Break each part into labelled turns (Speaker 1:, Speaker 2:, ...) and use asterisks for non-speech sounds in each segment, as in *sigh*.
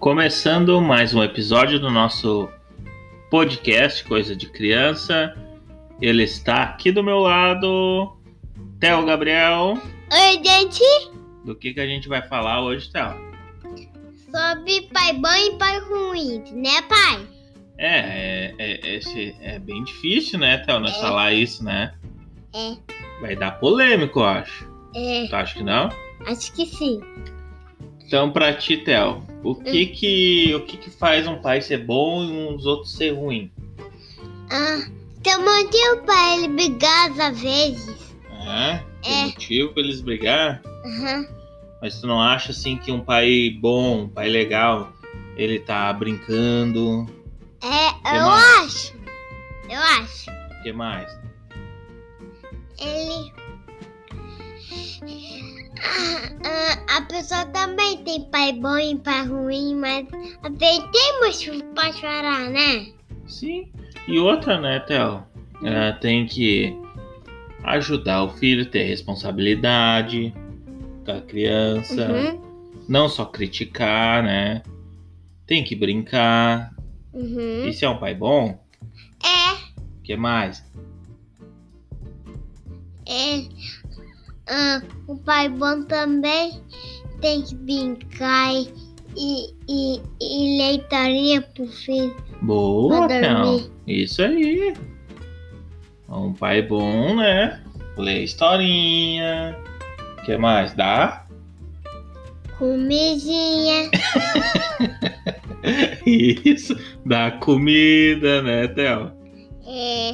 Speaker 1: Começando mais um episódio do nosso podcast Coisa de Criança. Ele está aqui do meu lado, Theo Gabriel.
Speaker 2: Oi, gente!
Speaker 1: Do que, que a gente vai falar hoje, Theo?
Speaker 2: Sobre pai bom e pai ruim, né, pai?
Speaker 1: É, é, é, esse- é bem difícil, né, Theo, nós
Speaker 2: É.
Speaker 1: falar isso, né?
Speaker 2: É.
Speaker 1: Vai dar polêmico, eu acho.
Speaker 2: É,
Speaker 1: Tu acha que não?
Speaker 2: acho que sim.
Speaker 1: Então, pra ti, Theo, o
Speaker 2: É.
Speaker 1: que que, o que que faz um pai ser bom e um dos outros ser ruim?
Speaker 2: Ah, então mandei o pai ele brigar às vezes.
Speaker 1: Ah, tem
Speaker 2: É.
Speaker 1: motivo pra eles brigar?
Speaker 2: Aham.
Speaker 1: Mas tu não acha, assim, que um pai bom, um pai legal, ele tá brincando?
Speaker 2: É,
Speaker 1: Que
Speaker 2: eu
Speaker 1: mais?
Speaker 2: acho. Eu acho.
Speaker 1: O que mais?
Speaker 2: Ele. Ah, ah, a pessoa também tem pai bom e pai ruim, mas às vezes tem motivo pra chorar, né?
Speaker 1: Sim. E outra, né, Theo?
Speaker 2: Hum.
Speaker 1: Ela tem que ajudar o filho a ter responsabilidade da criança.
Speaker 2: Uhum.
Speaker 1: Não só criticar, né? Tem que brincar.
Speaker 2: Uhum.
Speaker 1: E se é um pai bom,
Speaker 2: É,
Speaker 1: o que mais?
Speaker 2: é. Ah, o pai bom também tem que brincar e, e, e, e leitaria pro filho.
Speaker 1: Boa,
Speaker 2: Pra
Speaker 1: Theo.
Speaker 2: dormir.
Speaker 1: Isso aí. Um pai bom, né? Lê historinha. O que mais? Dá? *laughs*
Speaker 2: Comidinha.
Speaker 1: Isso. Dá comida, né, Theo?
Speaker 2: É,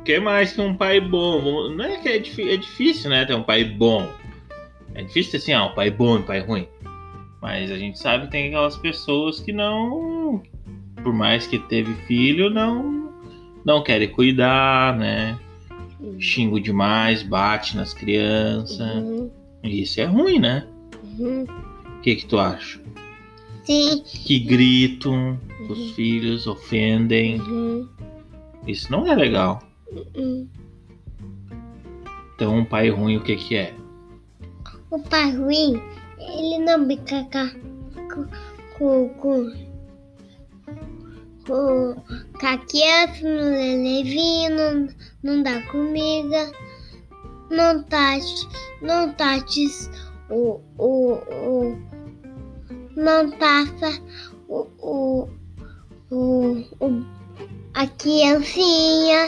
Speaker 1: O que mais que um pai bom? Vamos- Não é que é, difí- é difícil, né? Ter um pai bom. É difícil ter assim, ah, um pai bom e um pai ruim. Mas a gente sabe que tem aquelas pessoas que não. Por mais que teve filho, não. Não querem cuidar, né? Xingo demais, bate nas crianças.
Speaker 2: Uhum,
Speaker 1: Isso é ruim, né?
Speaker 2: uhum.
Speaker 1: O que, que tu acha?
Speaker 2: Sim.
Speaker 1: Que gritam, os
Speaker 2: Uhum.
Speaker 1: filhos ofendem.
Speaker 2: Uhum,
Speaker 1: Isso não é legal.
Speaker 2: uhum.
Speaker 1: Então, um pai ruim, o que, que é?
Speaker 2: O pai ruim, ele não brinca com, com, com, com, com a criança, não lê livrinho, não, não dá comida, não tate, não tate o, o, o, não taça o, o, o, o, a criancinha.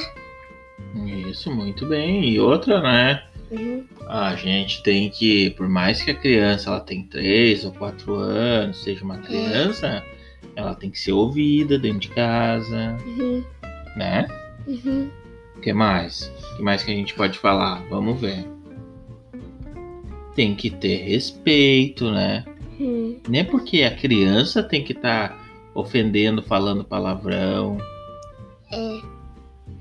Speaker 1: Isso, muito bem. E outra, né?
Speaker 2: Uhum.
Speaker 1: A gente tem que, por mais que a criança ela tem 3 ou 4 anos, seja uma criança, ela tem que ser ouvida dentro de casa,
Speaker 2: Uhum.
Speaker 1: né?
Speaker 2: Uhum.
Speaker 1: O que mais? O que mais que a gente pode falar? Vamos ver. Tem que ter respeito, né?
Speaker 2: Uhum.
Speaker 1: Nem porque a criança tem que estar ofendendo, falando palavrão.
Speaker 2: É.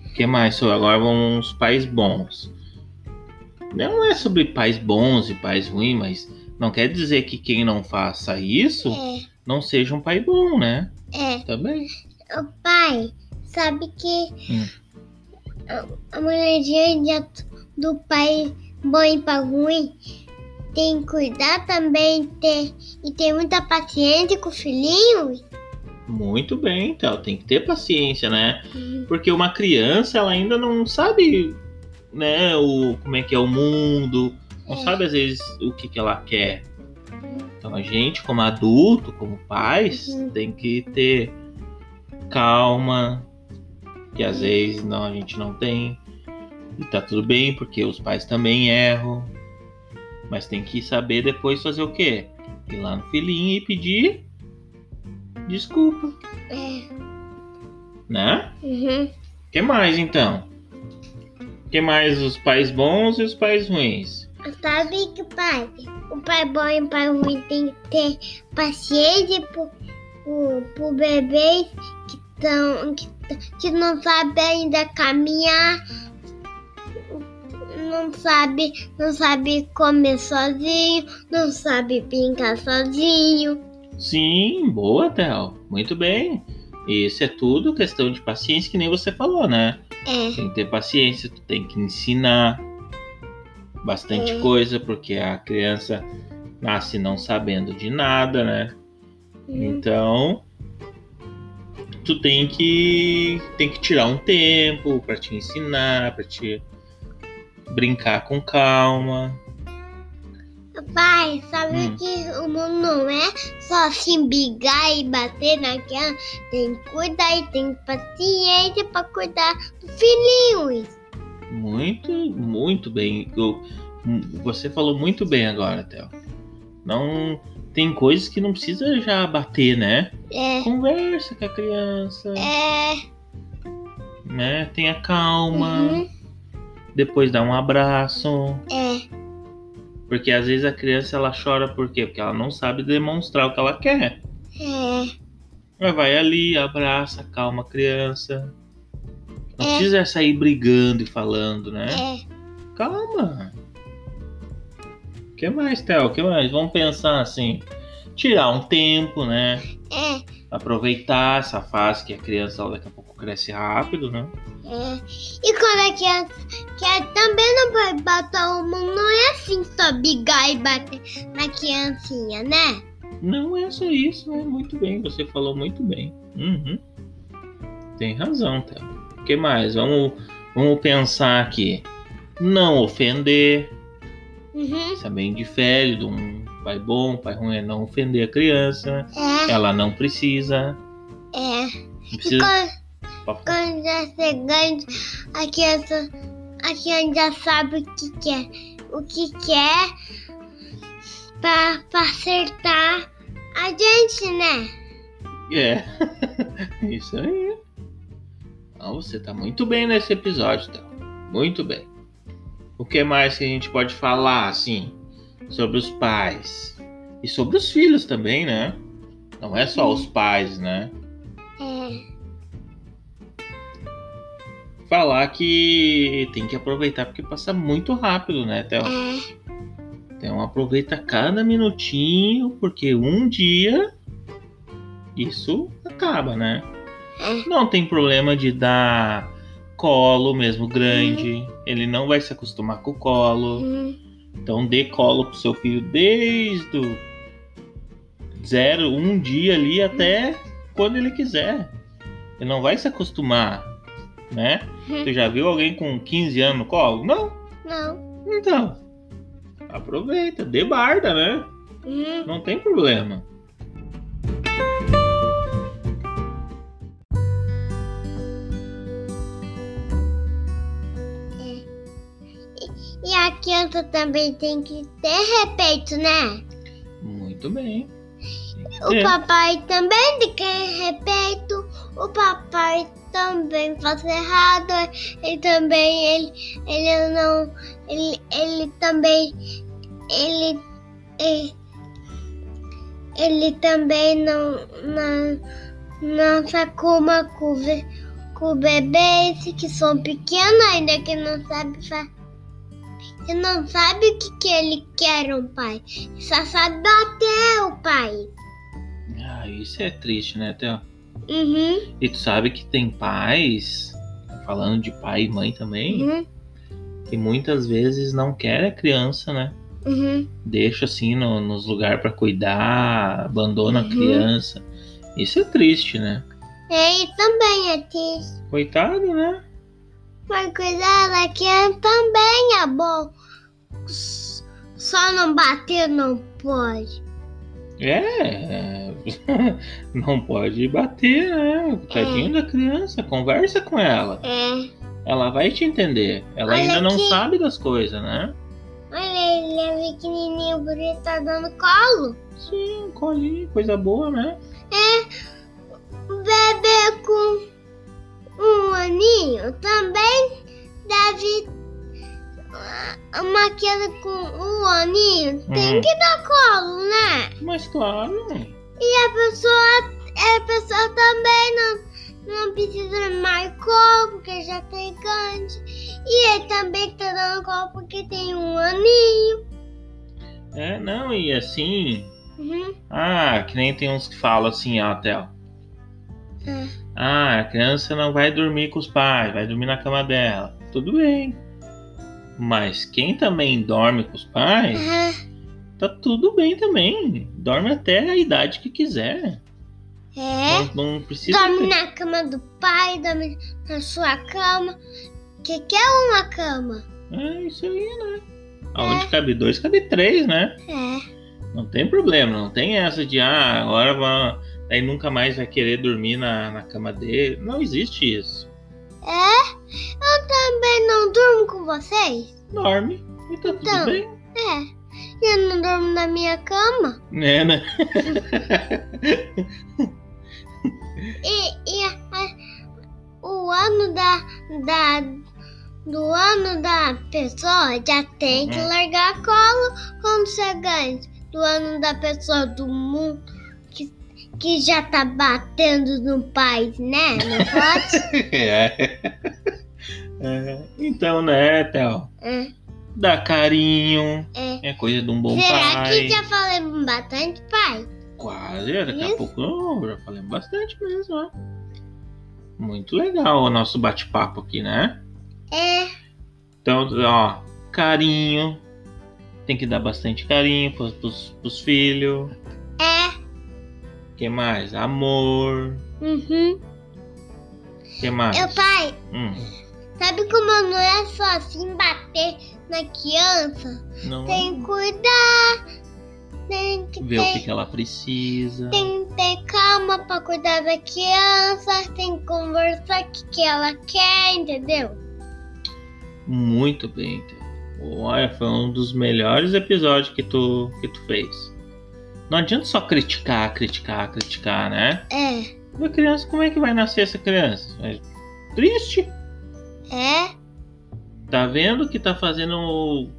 Speaker 1: O que mais? Sô? Agora vamos pais bons. Não é sobre pais bons e pais ruins, mas não quer dizer que quem não faça isso
Speaker 2: É,
Speaker 1: não seja um pai bom, né?
Speaker 2: é.
Speaker 1: Também.
Speaker 2: O pai sabe que
Speaker 1: Hum.
Speaker 2: a, a moradia de- do pai bom e pai ruim tem que cuidar também ter, e ter muita paciência com o filhinho.
Speaker 1: Muito bem, então tem que ter paciência, né? Porque uma criança ela ainda não sabe, né, o como é que é o mundo, não
Speaker 2: É.
Speaker 1: sabe às vezes o que que ela quer. Então a gente como adulto, como pais,
Speaker 2: Uhum.
Speaker 1: tem que ter calma, que às vezes não a gente não tem. E tá tudo bem, porque os pais também erram. Mas tem que saber depois fazer o quê? Ir lá no filhinho e pedir desculpa,
Speaker 2: É.
Speaker 1: né?
Speaker 2: Uhum.
Speaker 1: que mais então? que mais os pais bons e os pais ruins?
Speaker 2: Sabe que pai, o pai bom e o pai ruim tem que ter paciência pro, pro, pro bebês que, tão, que, t- que não sabe ainda caminhar, não sabe, não sabe comer sozinho, não sabe brincar sozinho.
Speaker 1: Sim, boa, Théo. Muito bem. Isso é tudo questão de paciência, que nem você falou, né?
Speaker 2: É,
Speaker 1: Tem que ter paciência, tu tem que ensinar bastante
Speaker 2: É.
Speaker 1: coisa, porque a criança nasce não sabendo de nada, né?
Speaker 2: Uhum.
Speaker 1: Então, tu tem que tem que tirar um tempo pra te ensinar, pra te brincar com calma.
Speaker 2: Pai, sabe
Speaker 1: Hum.
Speaker 2: que o mundo não é só se embigar e bater naquela. Tem que cuidar e tem paciência pra cuidar dos filhinhos.
Speaker 1: Muito, muito bem. Eu- você falou muito bem agora, Theo. Não tem coisas que não precisa já bater, né?
Speaker 2: É,
Speaker 1: Conversa com a criança,
Speaker 2: é.
Speaker 1: né? Tenha calma,
Speaker 2: uhum,
Speaker 1: depois dá um abraço.
Speaker 2: é,
Speaker 1: Porque às vezes a criança ela chora por quê? Porque ela não sabe demonstrar o que ela quer.
Speaker 2: é.
Speaker 1: Mas vai ali, abraça, calma a criança. Não
Speaker 2: É.
Speaker 1: precisa sair brigando e falando, né?
Speaker 2: É.
Speaker 1: Calma. O que mais, Theo? O que mais? Vamos pensar assim. Tirar um tempo, né?
Speaker 2: É.
Speaker 1: Aproveitar essa fase que a criança ela daqui a pouco cresce rápido, né?
Speaker 2: É. E quando a criança quer também não vai botar o mundo, não é assim só bigar e bater na criancinha, né?
Speaker 1: Não é só isso, né? Muito bem, você falou muito bem. Uhum. Tem razão, Theo. O que mais? Vamos, vamos pensar aqui. Não ofender.
Speaker 2: Uhum.
Speaker 1: Isso é bem diferente de um pai bom, pai ruim é não ofender a criança. né?
Speaker 2: É,
Speaker 1: Ela não precisa.
Speaker 2: é.
Speaker 1: Não
Speaker 2: E
Speaker 1: precisa.
Speaker 2: quando, quando é já ser grande, a criança, é a criança já sabe o que quer. O que quer pra, pra acertar a gente, né?
Speaker 1: É. *laughs* Isso aí. Ah, você tá muito bem nesse episódio, Theo. Muito bem. O que mais que a gente pode falar, assim, sobre os pais? E sobre os filhos também, né? Não é só os pais, né?
Speaker 2: É.
Speaker 1: Falar que tem que aproveitar porque passa muito rápido, né, Theo?
Speaker 2: É,
Speaker 1: Então aproveita cada minutinho, porque um dia isso acaba, né?
Speaker 2: É.
Speaker 1: Não tem problema de dar colo mesmo grande. Ele não vai se acostumar com o colo.
Speaker 2: Uhum.
Speaker 1: Então dê colo pro seu filho desde o zero, um dia ali até quando ele quiser. Ele não vai se acostumar, né?
Speaker 2: Uhum.
Speaker 1: Tu já viu alguém com 15 anos no colo? Não.
Speaker 2: não.
Speaker 1: Então, aproveita, dê barda, né?
Speaker 2: Uhum.
Speaker 1: Não tem problema.
Speaker 2: E a criança também tem que ter respeito, né?
Speaker 1: Muito bem.
Speaker 2: O
Speaker 1: É,
Speaker 2: papai também tem que ter respeito. O papai também faz errado. Ele também, ele, ele não, ele, ele também, ele, ele, ele também não, não, não se acuma com, o be- com o bebês que são pequenos ainda que não sabe fa- que não sabe o que, que ele quer, o pai. Só sabe bater, o pai.
Speaker 1: Ah, isso é triste, né, Theo?
Speaker 2: Uhum,
Speaker 1: E tu sabe que tem pais, falando de pai e mãe também,
Speaker 2: uhum,
Speaker 1: que muitas vezes não quer a criança, né?
Speaker 2: uhum,
Speaker 1: Deixa assim no- nos lugares pra cuidar, abandona
Speaker 2: Uhum.
Speaker 1: a criança. Isso é triste, né?
Speaker 2: É, e também é triste.
Speaker 1: Coitado, né?
Speaker 2: Mas cuidar da criança também é bom. S- Só não bater não pode.
Speaker 1: É, *laughs* não pode bater, né? Tadinho da criança, conversa com ela.
Speaker 2: É.
Speaker 1: Ela vai te entender. Ela
Speaker 2: Olha
Speaker 1: ainda não
Speaker 2: aqui.
Speaker 1: sabe das coisas, né?
Speaker 2: Olha, ele é pequenininho, bonito, tá dando colo.
Speaker 1: Sim, colinho, coisa boa, né?
Speaker 2: Um bebê com um aninho também deve... Uma criança com um aninho tem
Speaker 1: Uhum.
Speaker 2: que dar colo, né?
Speaker 1: Mas claro, né?
Speaker 2: E a pessoa, a pessoa também não, não precisa mais cor, porque já tem grande. E ele também tá dando cor porque tem um aninho.
Speaker 1: é, não, e assim.
Speaker 2: Uhum.
Speaker 1: Ah, que nem tem uns que falam assim, ó, Theo.
Speaker 2: É.
Speaker 1: Ah, a criança não vai dormir com os pais, vai dormir na cama dela.
Speaker 2: É.
Speaker 1: Tudo bem. Mas quem também dorme com os pais
Speaker 2: Aham.
Speaker 1: tá tudo bem também. Dorme até a idade que quiser.
Speaker 2: É.
Speaker 1: Não, não precisa.
Speaker 2: Dorme
Speaker 1: ter-
Speaker 2: na cama do pai, dorme na sua cama. Que que é uma cama?
Speaker 1: É isso aí, né? Aonde cabe dois, cabe três, né?
Speaker 2: É.
Speaker 1: Não tem problema, não tem essa de ah, agora vai. Aí nunca mais vai querer dormir na, na cama dele. Não existe isso.
Speaker 2: É? Eu também não durmo com vocês?
Speaker 1: Dorme e tá
Speaker 2: Então.
Speaker 1: tudo bem.
Speaker 2: É. Eu não durmo na minha cama.
Speaker 1: Né, né? *laughs*
Speaker 2: E, e a- a- o ano da, da. Do ano da pessoa já tem que
Speaker 1: Uhum.
Speaker 2: largar colo quando você ganha. Do ano da pessoa do mundo que, que já tá batendo no país, né? Não
Speaker 1: *laughs*
Speaker 2: pode?
Speaker 1: É. É. Então, né, Théo?
Speaker 2: É.
Speaker 1: Dá carinho.
Speaker 2: É.
Speaker 1: É coisa de um bom
Speaker 2: Será
Speaker 1: pai.
Speaker 2: que já falei bastante, pai?
Speaker 1: Quase, é, daqui
Speaker 2: Isso.
Speaker 1: a pouco eu já falei bastante mesmo, ó. Muito legal o nosso bate-papo aqui, né?
Speaker 2: É,
Speaker 1: Então, ó, carinho. Tem que dar bastante carinho pros, pros, pros filhos.
Speaker 2: é.
Speaker 1: que mais? Amor.
Speaker 2: Uhum.
Speaker 1: que mais?
Speaker 2: Eu, pai,
Speaker 1: Hum,
Speaker 2: sabe como não é só assim bater na criança?
Speaker 1: não
Speaker 2: Tem que cuidar. Tem que
Speaker 1: ver o
Speaker 2: ter
Speaker 1: que, que ela precisa.
Speaker 2: Tem que ter calma pra cuidar da criança, tem que conversar o que, que ela quer, entendeu?
Speaker 1: Muito bem, Théo. Olha, foi um dos melhores episódios que tu, que tu fez. Não adianta só criticar, criticar, criticar, né?
Speaker 2: É,
Speaker 1: Uma criança, como é que vai nascer essa criança? É triste.
Speaker 2: é,
Speaker 1: Tá vendo que tá fazendo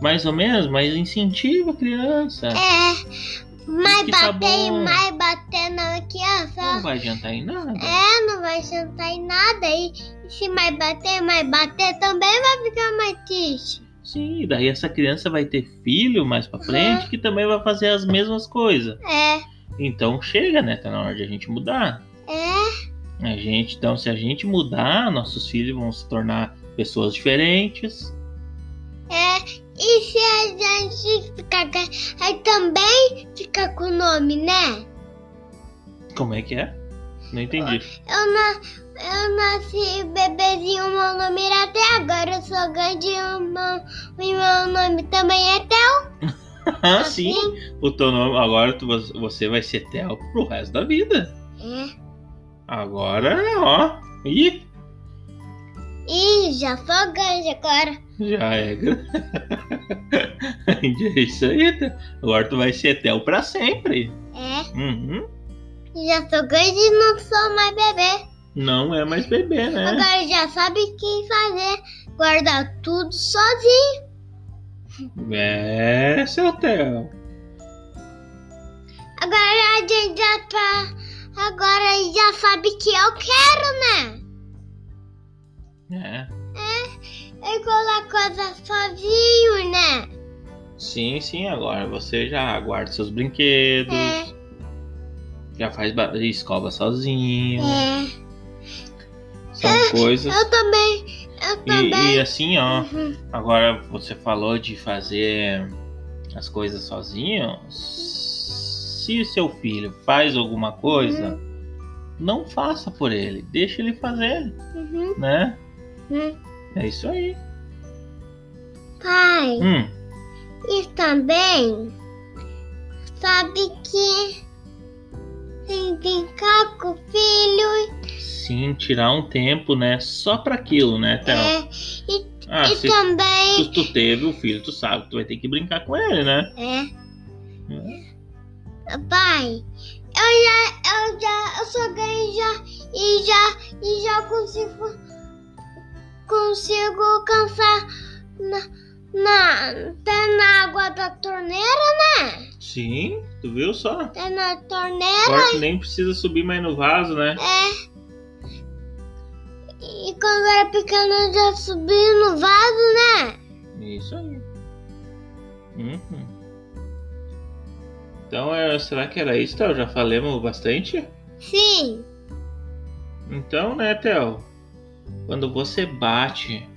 Speaker 1: mais ou menos, mas incentiva a criança.
Speaker 2: é. Mas
Speaker 1: que tá
Speaker 2: bater
Speaker 1: bom.
Speaker 2: e mais bater na criança,
Speaker 1: Não vai adiantar em nada.
Speaker 2: é, não vai sentar em nada. E, e se mais bater, mais bater, também vai ficar mais triste.
Speaker 1: Sim, daí essa criança vai ter filho mais pra frente que também vai fazer as mesmas coisas.
Speaker 2: É,
Speaker 1: Então chega, né? Tá na hora de a gente mudar.
Speaker 2: é,
Speaker 1: A gente, então, se a gente mudar, nossos filhos vão se tornar pessoas diferentes.
Speaker 2: é. E se a gente ficar. ca- Aí também fica com o nome, né?
Speaker 1: Como é que é? Não entendi.
Speaker 2: Eu, na- eu nasci bebezinho, meu nome era até agora. Eu sou grande e meu, e meu nome também é Theo.
Speaker 1: Ah, sim. O teu nome, agora tu, você vai ser Theo pro resto da vida.
Speaker 2: É.
Speaker 1: Agora, ó. Ih,
Speaker 2: E já sou grande agora.
Speaker 1: já é. grande. *laughs* é isso aí. tá? Agora tu vai ser Theo pra sempre.
Speaker 2: É.
Speaker 1: Uhum.
Speaker 2: Já sou grande e não sou mais bebê.
Speaker 1: Não é mais bebê, né?
Speaker 2: Agora já sabe o que fazer. Guardar tudo sozinho.
Speaker 1: É, seu Theo.
Speaker 2: Agora a gente já tá. Agora já sabe que eu quero, né?
Speaker 1: É.
Speaker 2: Eu coloco as coisas sozinho, né?
Speaker 1: Sim, sim, agora você já guarda seus brinquedos,
Speaker 2: É.
Speaker 1: já faz ba- escova sozinho.
Speaker 2: É.
Speaker 1: São coisas.
Speaker 2: Eu também. Eu também.
Speaker 1: E, e assim, ó.
Speaker 2: Uhum.
Speaker 1: Agora você falou de fazer as coisas sozinho. Se seu filho faz alguma coisa, não faça por ele, deixa ele fazer,
Speaker 2: Uhum,
Speaker 1: né?
Speaker 2: uhum.
Speaker 1: É isso aí.
Speaker 2: Pai,
Speaker 1: Hum,
Speaker 2: e também sabe que tem que brincar com o filho.
Speaker 1: sim, tirar um tempo, né? Só pra aquilo, né, Théo?
Speaker 2: é, e
Speaker 1: Ah,
Speaker 2: e
Speaker 1: se
Speaker 2: também.
Speaker 1: tu, tu teve o filho, tu sabe, que tu vai ter que brincar com ele, né?
Speaker 2: É. Pai, eu já, eu já, eu só ganho já e já e já consigo consigo cansar na, na, até na água da torneira, né?
Speaker 1: Sim, tu viu só?
Speaker 2: Até na torneira.
Speaker 1: Agora tu nem precisa subir mais no vaso, né?
Speaker 2: É. E quando eu era pequeno eu já subi no vaso, né?
Speaker 1: É Isso aí. Uhum. Então, é, será que era isso, Théo? Já falamos bastante?
Speaker 2: Sim.
Speaker 1: Então, né, Theo? Quando você bate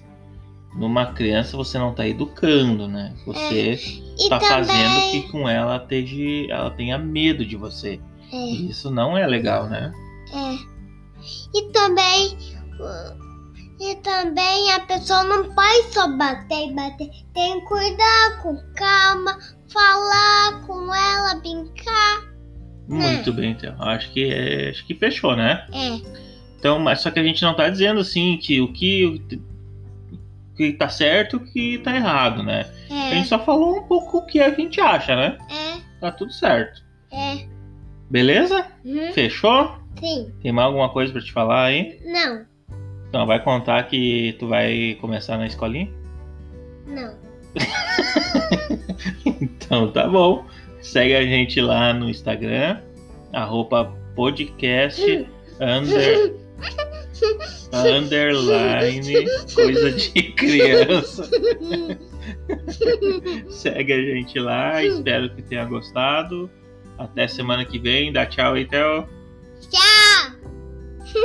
Speaker 1: numa criança você não tá educando, né? Você
Speaker 2: É, E
Speaker 1: tá fazendo
Speaker 2: também.
Speaker 1: que com ela esteja, ela tenha medo de você.
Speaker 2: É.
Speaker 1: E isso não é legal, né?
Speaker 2: É. E também. uh, E também a pessoa não pode só bater e bater. Tem que cuidar com calma, falar com ela, brincar.
Speaker 1: Muito bem, então. Acho que é- acho que fechou, né?
Speaker 2: É,
Speaker 1: Então, mas só que a gente não tá dizendo assim que o que o que tá certo, o que tá errado, né? A gente
Speaker 2: é,
Speaker 1: só falou um pouco o que a gente acha, né?
Speaker 2: é,
Speaker 1: Tá tudo certo.
Speaker 2: é.
Speaker 1: Beleza?
Speaker 2: Uhum,
Speaker 1: Fechou?
Speaker 2: Sim.
Speaker 1: Tem mais alguma coisa pra te falar aí?
Speaker 2: Não,
Speaker 1: Então, vai contar que tu vai começar na escolinha? *laughs*
Speaker 2: não.
Speaker 1: Então, tá bom. Segue a gente lá no Instagram, arroba podcast under,
Speaker 2: *laughs*
Speaker 1: underline coisa de criança.
Speaker 2: Hum.
Speaker 1: Segue a gente lá, espero que tenha gostado. Até semana que vem, dá tchau aí, Theo.
Speaker 2: Tchau!